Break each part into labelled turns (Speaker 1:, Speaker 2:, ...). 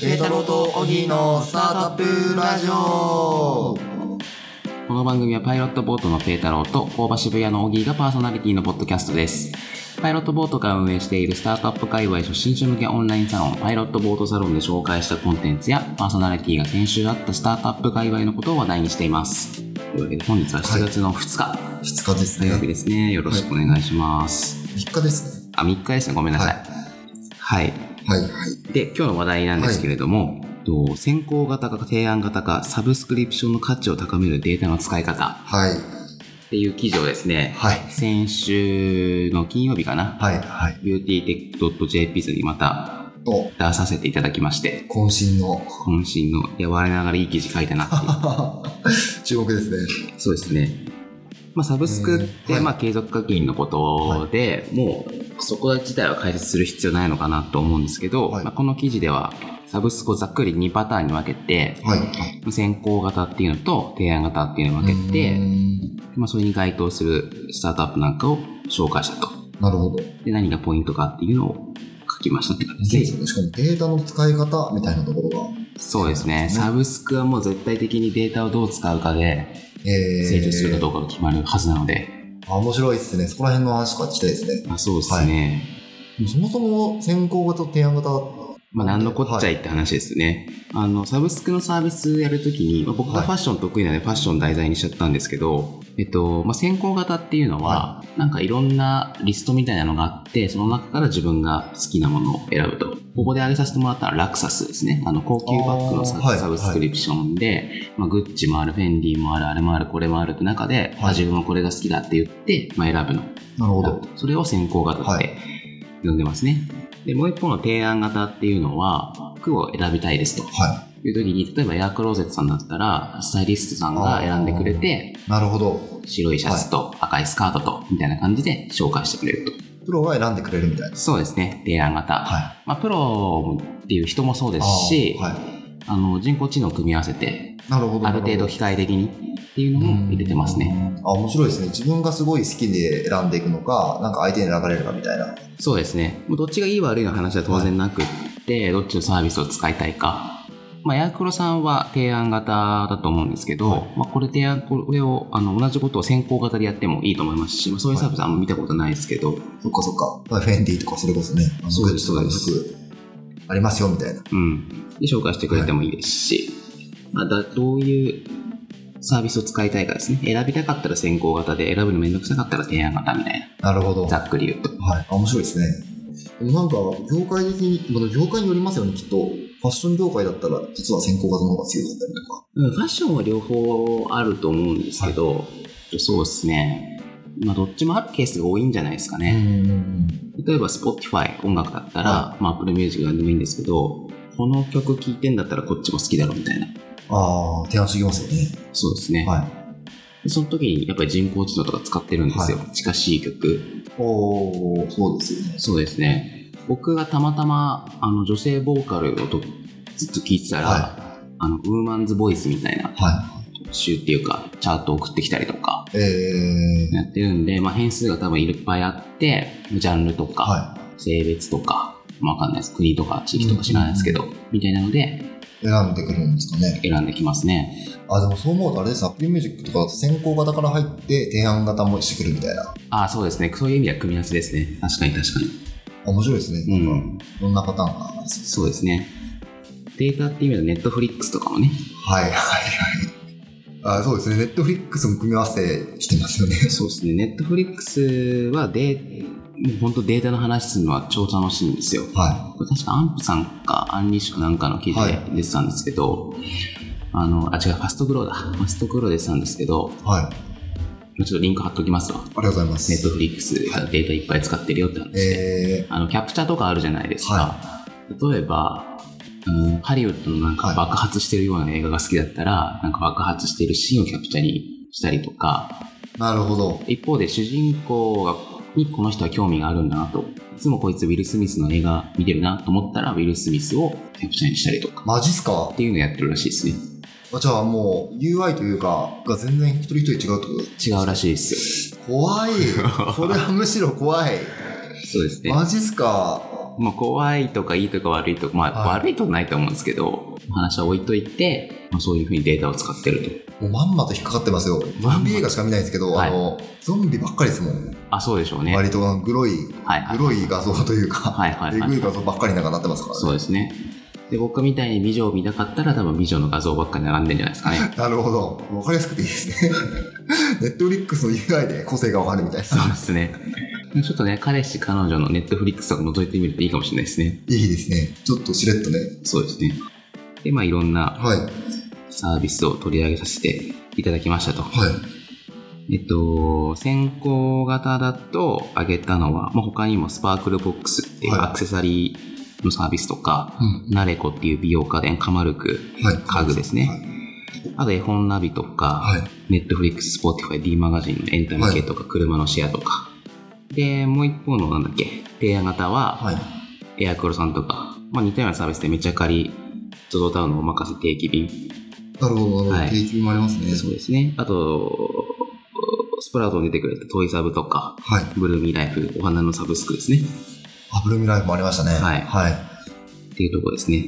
Speaker 1: 秀太郎と小木のスタートアップラジオ
Speaker 2: この番組はパイロットボートのペー太郎と工場渋谷のオギーがパーソナリティのポッドキャストです。パイロットボートが運営しているスタートアップ界隈初心者向けオンラインサロンパイロットボートサロンで紹介したコンテンツやパーソナリティが先週あったスタートアップ界隈のことを話題にしています。というわけで本日は7月の2日
Speaker 1: 2日です
Speaker 2: 土曜日
Speaker 1: ね
Speaker 2: ですね。よろしくお願いします。
Speaker 1: 3日ですね
Speaker 2: あ、3日ですね。ごめんなさい。はい。
Speaker 1: はいはい
Speaker 2: で、今日の話題なんですけれども、と先行型か提案型かサブスクリプションの価値を高めるデータの使い方。
Speaker 1: はい
Speaker 2: っていう記事をですね、
Speaker 1: はい
Speaker 2: 先週の金曜日かな、
Speaker 1: はいはい
Speaker 2: beautytech.jp にまた
Speaker 1: と
Speaker 2: 出させていただきまして、
Speaker 1: 渾身の
Speaker 2: 渾身のやわれながらいい記事書いたなっていう。
Speaker 1: 注目ですね
Speaker 2: そうですね。まあ、サブスクって、
Speaker 1: うんはい
Speaker 2: まあ、継続課金のことで、もうそこ自体は解説する必要ないのかなと思うんですけど、
Speaker 1: はい
Speaker 2: まあ、この記事ではサブスクをざっくり2パターンに分けて、
Speaker 1: はいはい
Speaker 2: 先行型っていうのと提案型っていうのに分け
Speaker 1: うー
Speaker 2: て、
Speaker 1: ん
Speaker 2: まあ、それに該当するスタートアップなんかを紹介したと。
Speaker 1: なるほど
Speaker 2: で、何がポイントかっていうのを書きましたって感
Speaker 1: そう
Speaker 2: じ
Speaker 1: で
Speaker 2: で。
Speaker 1: すねしかもデータの使い方みたいなところが
Speaker 2: そうですね。
Speaker 1: そうですね
Speaker 2: サブスクはもう絶対的にデータをどう使うかで、
Speaker 1: えー
Speaker 2: 成長するかどうかが決まるはずなので。
Speaker 1: あ面白いですねそこら辺の話とかしたいですね
Speaker 2: まあ、そうですね。
Speaker 1: そもそも先行型と提案型
Speaker 2: まあ、なんのこっちゃいって話ですね。あの、サブスクのサービスやるときに、まあ、僕が
Speaker 1: はい
Speaker 2: ファッション得意なのでファッション題材にしちゃったんですけど、えっと、まあ、先行型っていうのは、なんかいろんなリストみたいなのがあって、その中から自分が好きなものを選ぶと。ここで挙げさせてもらったのはラクサスですね。あの、高級バッグのサ
Speaker 1: あーはい
Speaker 2: サブスクリプションで、まあ、グッチもある、フェンディもある、あれもある、これもあるって中で、
Speaker 1: い
Speaker 2: あ自分はこれが好きだって言って、まあ、選ぶの。
Speaker 1: なるほど
Speaker 2: それを先行型っ
Speaker 1: は
Speaker 2: て
Speaker 1: い
Speaker 2: 呼んでますね。で、もう一方の提案型っていうのは、服を選びたいですと
Speaker 1: は
Speaker 2: いう時に、例えばエアクローゼットさんだったら、スタイリストさんが選んでくれて、
Speaker 1: いなるほど
Speaker 2: 白いシャツと赤いスカートと、みたいな感じで紹介してくれると。
Speaker 1: プロが選んでくれるみたいな
Speaker 2: そうですね、提案型。
Speaker 1: は
Speaker 2: まあ、プロっていう人もそうですし、
Speaker 1: あーは
Speaker 2: あの、人工知能を組み合わせて、
Speaker 1: い、なるほど
Speaker 2: ある程度機械的にっていうのも入れてますね。
Speaker 1: うんあ面白いですね自分がすごい好きで選んでいくのかなんか相手に選ばれるかみたいな
Speaker 2: そうですね。もうどっちがいい悪いの話は当然なくって、どっちのサービスを使いたいか。まあ、ヤークロさんは提案型だと思うんですけど、まあ、これ提案、これを、あの、同じことを先行型でやってもいいと思いますし、まあ、そういうサービスはあんま見たことないですけど、
Speaker 1: そっかそっかフェンディとかそれこそねあの
Speaker 2: そうです
Speaker 1: グッチ
Speaker 2: そ
Speaker 1: とかよくありますよみたいな
Speaker 2: うん。で、紹介してくれてもいいですし、まあ、だどういうサービスを使いたいかですね。選びたかったら先行型で、選ぶのめんどくさかったら提案型みたい
Speaker 1: なるほど
Speaker 2: な、ざっくり言うと。
Speaker 1: はい、あ面白いですね。でもなんか、業界的に、まあ、業界によりますよね、きっと。ファッション業界だったら、実は先行型の方が強かったりとか。
Speaker 2: うん、ファッションは両方あると思うんですけど、そうですね、まあ、どっちもあるケースが多いんじゃないですかね、
Speaker 1: ん。
Speaker 2: 例えば Spotify 音楽だったら、
Speaker 1: は
Speaker 2: まあ、Apple Music なんでもいいんですけどこの曲聴いてんだったらこっちも好きだろみたいな
Speaker 1: ああ、提案してきますよね。
Speaker 2: そうですね、
Speaker 1: はい。
Speaker 2: でその時にやっぱり人工知能とか使ってるんですよ、近しい曲
Speaker 1: おお、そうですよね。
Speaker 2: そうですね僕がたまたまあの女性ボーカルをとずっと聴いてたら、
Speaker 1: は。
Speaker 2: あのウーマンズボイスみたいない
Speaker 1: は
Speaker 2: 特集っていうかチャートを送ってきたりとか
Speaker 1: い。えー、
Speaker 2: やってるんで、まあ、変数が多分いっぱいあってジャンルとか、
Speaker 1: は
Speaker 2: 性別とか、まあ、わかんないです国とか地域とか知らないですけど、みたいなので
Speaker 1: い。選んでくるんですかね。
Speaker 2: 選んできますね
Speaker 1: あ、でもそう思うとあれですね、アプリミュージックとかだと先行型から入って、提案型もしてくるみたいな。
Speaker 2: ああそうですねそういう意味では組み合わせですね確かに確かに
Speaker 1: あ面白いですね。
Speaker 2: う
Speaker 1: なんか、
Speaker 2: ん
Speaker 1: いろんなパターンがあります。
Speaker 2: そうですねデータっていう意味ではネットフリックスとかもね
Speaker 1: はいはいはい。あそうですね、ネットフリックスも組み合わせしてますよね。
Speaker 2: そうですねネットフリックスはデもう本当データの話するのは超楽しいんですよ
Speaker 1: はい。
Speaker 2: これ確かアンプさんかアンリッシュかなんかの記事で出てたんですけど、あのあ違うファストグローだファストグローで出てたんですけど
Speaker 1: はい。あ
Speaker 2: ちょっとリンク貼っときますわ。
Speaker 1: りがとうございます。
Speaker 2: ネットフリックスがデータいっぱい使ってるよって話で。
Speaker 1: え
Speaker 2: あの、キャプチャーとかあるじゃないですか。
Speaker 1: は
Speaker 2: 例えば、うん、ハリウッドのなんか
Speaker 1: はい
Speaker 2: 爆発してるような映画が好きだったら、なんか爆発してるシーンをキャプチャーにしたりとか、
Speaker 1: ー、なるほど。
Speaker 2: 一方で主人公がにこの人は興味があるんだなと。いつもこいつウィル・スミスの映画見てるなと思ったら、ウィル・スミスをキャプチャーにしたりとか。
Speaker 1: マジっすか
Speaker 2: っていうのをやってるらしいですね。
Speaker 1: あじゃあもう UI というか、が全然一人一人違うってこと
Speaker 2: 違うらしいです
Speaker 1: 怖い。これはむしろ怖い。
Speaker 2: よ。そうですね。
Speaker 1: マジっすか。
Speaker 2: まあ、怖いとかいいとか悪いとか、まあ、
Speaker 1: はい
Speaker 2: 悪いとはないと思うんですけど、お話は置いといて、まあ、そういうふうにデータを使ってると。
Speaker 1: もうまんまと引っかかってますよ。ゾンビ映画しか見ないんですけど、
Speaker 2: はい
Speaker 1: あの、ゾンビばっかりですもん。
Speaker 2: あ、そうでしょうね。はい
Speaker 1: 割とあのグロい、
Speaker 2: はいはい
Speaker 1: グロい画像というか、
Speaker 2: はいはい
Speaker 1: えぐい画像ばっかりなんかなってますから
Speaker 2: そうですね。で、僕みたいに美女を見たかったら多分美女の画像ばっかり並んでるんじゃないですか ね。
Speaker 1: ね。なるほど。わかりやすくていいですね。 ネットフリックスの UI で個性がわかるみたいです。
Speaker 2: そうですね。ちょっとね、彼氏、彼女のネットフリックスとか覗いてみるといいかもしれないですね。
Speaker 1: いいですね。ちょっとしれっとね。
Speaker 2: そうですね。で、まあいろんな
Speaker 1: はい。
Speaker 2: サービスを取り上げさせていただきましたと。
Speaker 1: はい。
Speaker 2: えっと、先行型だと挙げたのは、まあ、他にもスパークルボックスっていう
Speaker 1: はい
Speaker 2: アクセサリーのサービスとか、
Speaker 1: うん。
Speaker 2: ナレコっていう美容家電、カマルク、
Speaker 1: はい。
Speaker 2: 家具ですね。あと絵本ナビと
Speaker 1: は
Speaker 2: か、
Speaker 1: い。
Speaker 2: ネットフリックス、スポーティファイ、D マガジンのエンタメ系とか、車のシェアとか。で、もう一方のなんだっけ、提案型は、
Speaker 1: はい。
Speaker 2: エアクロさんとか、まあ似たようなサービスでめちゃ借り、ゾゾタウンのお任せ定期便
Speaker 1: なるほど、なるほ
Speaker 2: は
Speaker 1: ど。
Speaker 2: い
Speaker 1: 定期便もありますね。
Speaker 2: そうですね。あと、スプラウトに出てくれたトイサブとか、
Speaker 1: はい。
Speaker 2: ブルーミーライフ、お花のサブスクですね。
Speaker 1: アブルミライフもありましたね。
Speaker 2: はい
Speaker 1: はい。
Speaker 2: っていうところですね。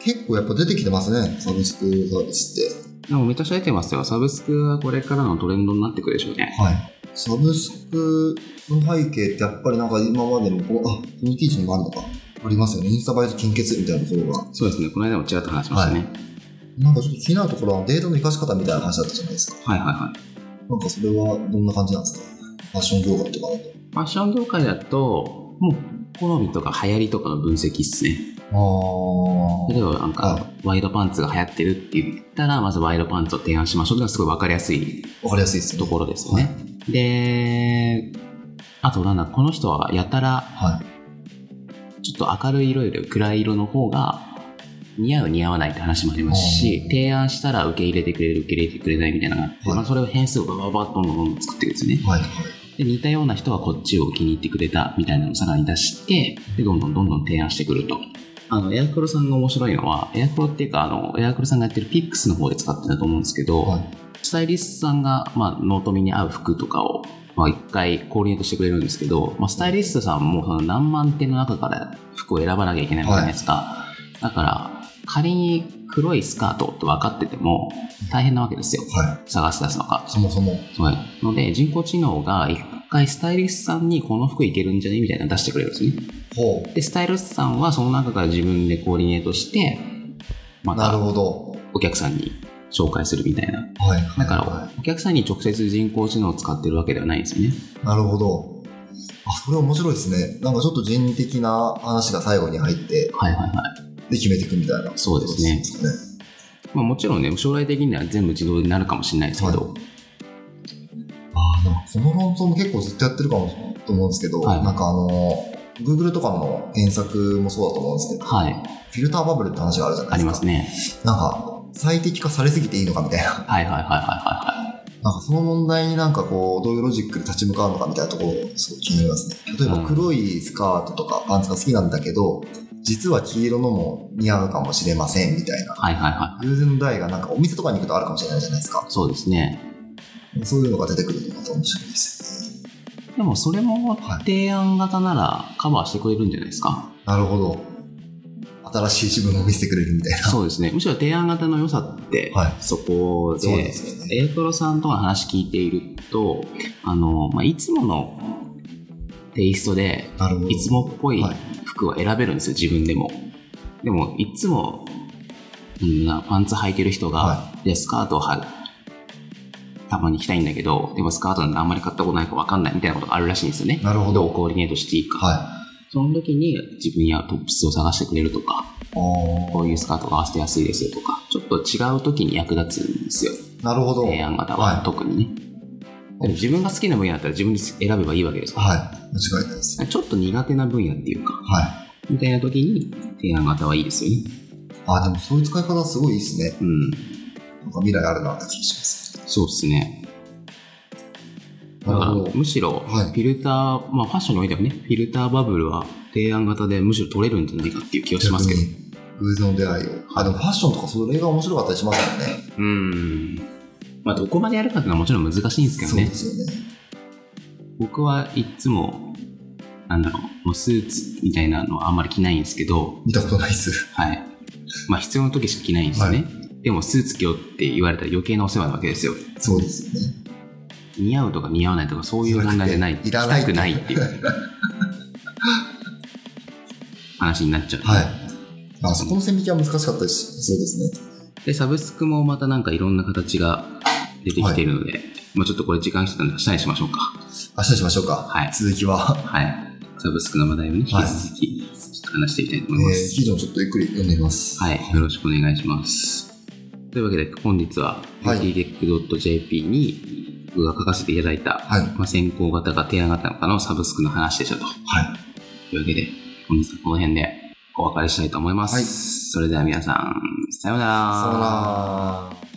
Speaker 1: 結構やっぱ出てきてますね。サブスクサービスって。
Speaker 2: でもめちゃくちゃ出てますよ。サブスクはこれからのトレンドになってくるでしょうね。
Speaker 1: はい。サブスクの背景ってやっぱりなんか今までのこう、あ、コミュニティ地にもあるのか。ありますよね。インスタ映えと献血みたいなところが。
Speaker 2: そうですね。この間もちらっと話しましたね。
Speaker 1: なんかちょっと気になるところはデータの活かし方みたいな話だったじゃないですか。
Speaker 2: はい、はい、はい。
Speaker 1: なんかそれはどんな感じなんですかファッション業界とかだと。
Speaker 2: ファッション業界だと、もう、好みとか流行りとかの分析っすね。
Speaker 1: あ
Speaker 2: 例えばなん
Speaker 1: は
Speaker 2: か、ワイドパンツが流行ってるって言ったら、まずワイドパンツを提案しましょうっていうのはすごいわかりやすい
Speaker 1: あ。わかりやすいですね。
Speaker 2: ところですよね。で、あとなんだ、この人はやたら
Speaker 1: は
Speaker 2: ちょっと明るい色より暗い色の方が似合う似合わないって話もありますし、
Speaker 1: うん
Speaker 2: 提案したら受け入れてくれる受け入れてくれないみたいなのがあって、
Speaker 1: はい
Speaker 2: まあ、それを変数をバババッとどんどんどんどん作っていくんですよ
Speaker 1: い。
Speaker 2: ね
Speaker 1: はい。
Speaker 2: で似たような人はこっちを気に入ってくれたみたいなのをさらに出してでどんどんどんどん提案してくるとあのエアクロさんが面白いのはエアクロっていうかあのエアクロさんがやってるピックスの方で使ってたと思うんですけど、
Speaker 1: はい。
Speaker 2: スタイリストさんが、まあ、納富に合う服とかを、まあ、一回コーディネートしてくれるんですけど、まあ、スタイリストさんもその何万点の中から服を選ばなきゃいけないじゃないですか。だから、仮に黒いスカートって分かってても大変なわけですよ。
Speaker 1: は
Speaker 2: 探し出すのが
Speaker 1: い。。そもそも。
Speaker 2: そうやので、人工知能が一回スタイリストさんにこの服いけるんじゃねみたいなの出してくれるんですね。
Speaker 1: ほう。
Speaker 2: で、スタイリストさんはその中から自分でコーディネートして、ま
Speaker 1: なる
Speaker 2: た
Speaker 1: ほど。
Speaker 2: お客さんに紹介するみたいな。
Speaker 1: はい。
Speaker 2: だか
Speaker 1: は
Speaker 2: ら、お客さんに直接人工知能を使ってるわけではないんですよね。
Speaker 1: いなるほど。あ、それ面白いですね。なんかちょっと人的な話が最後に入って、
Speaker 2: はいはいはい。
Speaker 1: で決めていくみたいな。
Speaker 2: そうですね
Speaker 1: そうですね
Speaker 2: まあもちろんね、将来的には全部自動になるかもしれないですけど、
Speaker 1: ああ、でもこの論争も結構ずっとやってるかもと思うんですけど、
Speaker 2: はい
Speaker 1: なんかあの、Google とかの検索もそうだと思うんですけど、
Speaker 2: はい、
Speaker 1: フィルターバブルって話があるじゃない
Speaker 2: あ
Speaker 1: ですか。
Speaker 2: りますね。
Speaker 1: なんか、最適化されすぎていいのかみたいな。
Speaker 2: はいはいはいはいはいはい。
Speaker 1: なんかその問題になんかこう、どういうロジックで立ち向かうのかみたいなところすごい気になりますね。例え
Speaker 2: う
Speaker 1: ば
Speaker 2: ん
Speaker 1: 黒いスカートとかパンツが好きなんだけど、実は黄色のも似合うかもしれませんみたいな。
Speaker 2: はいはいは
Speaker 1: 偶然の題がなんかお店とかに行くとあるかもしれないじゃないですか。
Speaker 2: い。そうですね。
Speaker 1: そういうのが出てくるのがまた面白いですよね。
Speaker 2: でもそれも
Speaker 1: はい
Speaker 2: 提案型ならカバーしてくれるんじゃないですか。
Speaker 1: なるほど。新しい自分を見せてくれるみたいな。
Speaker 2: そうですね。むしろ提案型の良さって
Speaker 1: はい、
Speaker 2: そこで、
Speaker 1: そうですよね。
Speaker 2: エアクロさんとの話聞いていると、あの、まあ、いつものテイストで
Speaker 1: なるほど。
Speaker 2: いつもっぽい
Speaker 1: はい
Speaker 2: 服は選べるんですよ、自分でも。でも、いつも、うんなパンツ履いてる人が、
Speaker 1: はい
Speaker 2: やスカートを履たまに着たいんだけど、でもスカートなんてあんまり買ったことないか分かんないみたいなことがあるらしいんですよね。
Speaker 1: なるほ
Speaker 2: どう
Speaker 1: ど。
Speaker 2: コーディネートしていいか。
Speaker 1: は
Speaker 2: その時に自分に合うトップスを探してくれるとか、
Speaker 1: い。お
Speaker 2: こういうスカートが合わせて安いですよとか、ちょっと違う時に役立つんですよ。
Speaker 1: なるほど。
Speaker 2: 提案型は、
Speaker 1: はい
Speaker 2: 特にね。でも自分が好きな分野だったら自分で選べばいいわけですから。
Speaker 1: はい。間違いないです。
Speaker 2: ちょっと苦手な分野っていうか、
Speaker 1: はい。
Speaker 2: みたいな時に提案型はいいですよね。
Speaker 1: あ、でもそういう使い方すごいいいですね。
Speaker 2: う
Speaker 1: なん
Speaker 2: ん。
Speaker 1: か未来あるなって気がします。
Speaker 2: そうですね。だから、むしろ、フ
Speaker 1: はい
Speaker 2: ィルター、まあファッションにおいてはね、フィルターバブルは提案型でむしろ取れるんじゃないかっていう気がしますけど。
Speaker 1: 逆に偶然の出会いを。あ、でもファッションとかそれが面白かったりしますもんね。
Speaker 2: うん。まあどこまでやるかっていうのはもちろん難しいんですけど
Speaker 1: そうで
Speaker 2: ね。
Speaker 1: すよね。
Speaker 2: 僕はいつも、なんだろう、もうスーツみたいなのはあんまり着ないんですけど、
Speaker 1: 見たことないです。
Speaker 2: はい。まあ必要な時しか着ないんですよね。でもスーツ着ようって言われたら余計なお世話なわけですよ。
Speaker 1: そうですよね。
Speaker 2: 似合うとか似合わないとかそういう問題じゃない。
Speaker 1: いらない
Speaker 2: 着たくないっ ていう。話になっちゃう。
Speaker 1: はい。あそこの線引きは難しかったです。そうですね。
Speaker 2: で、サブスクもまたなんかいろんな形が出てきているので、まあちょっとこれ時間してたんで明日にしましょうか。
Speaker 1: 明日にしましょうか。
Speaker 2: はい
Speaker 1: 続きは、
Speaker 2: はい。サブスクの話題をね、引き続き話していきたいと思いま
Speaker 1: えー
Speaker 2: す。
Speaker 1: 記事をちょっとゆっくり読んでみます。
Speaker 2: はい、よろしくお願いします。というわけで、本日は
Speaker 1: はい
Speaker 2: beautytech.jp に僕が書かせていただいた、
Speaker 1: はい。
Speaker 2: まあ、先行型か提案型かのサブスクの話でしたと。
Speaker 1: はい。
Speaker 2: というわけで、本日はこの辺でお別れしたいと思います。
Speaker 1: はい
Speaker 2: それでは皆さん、さようなら。
Speaker 1: さようなら。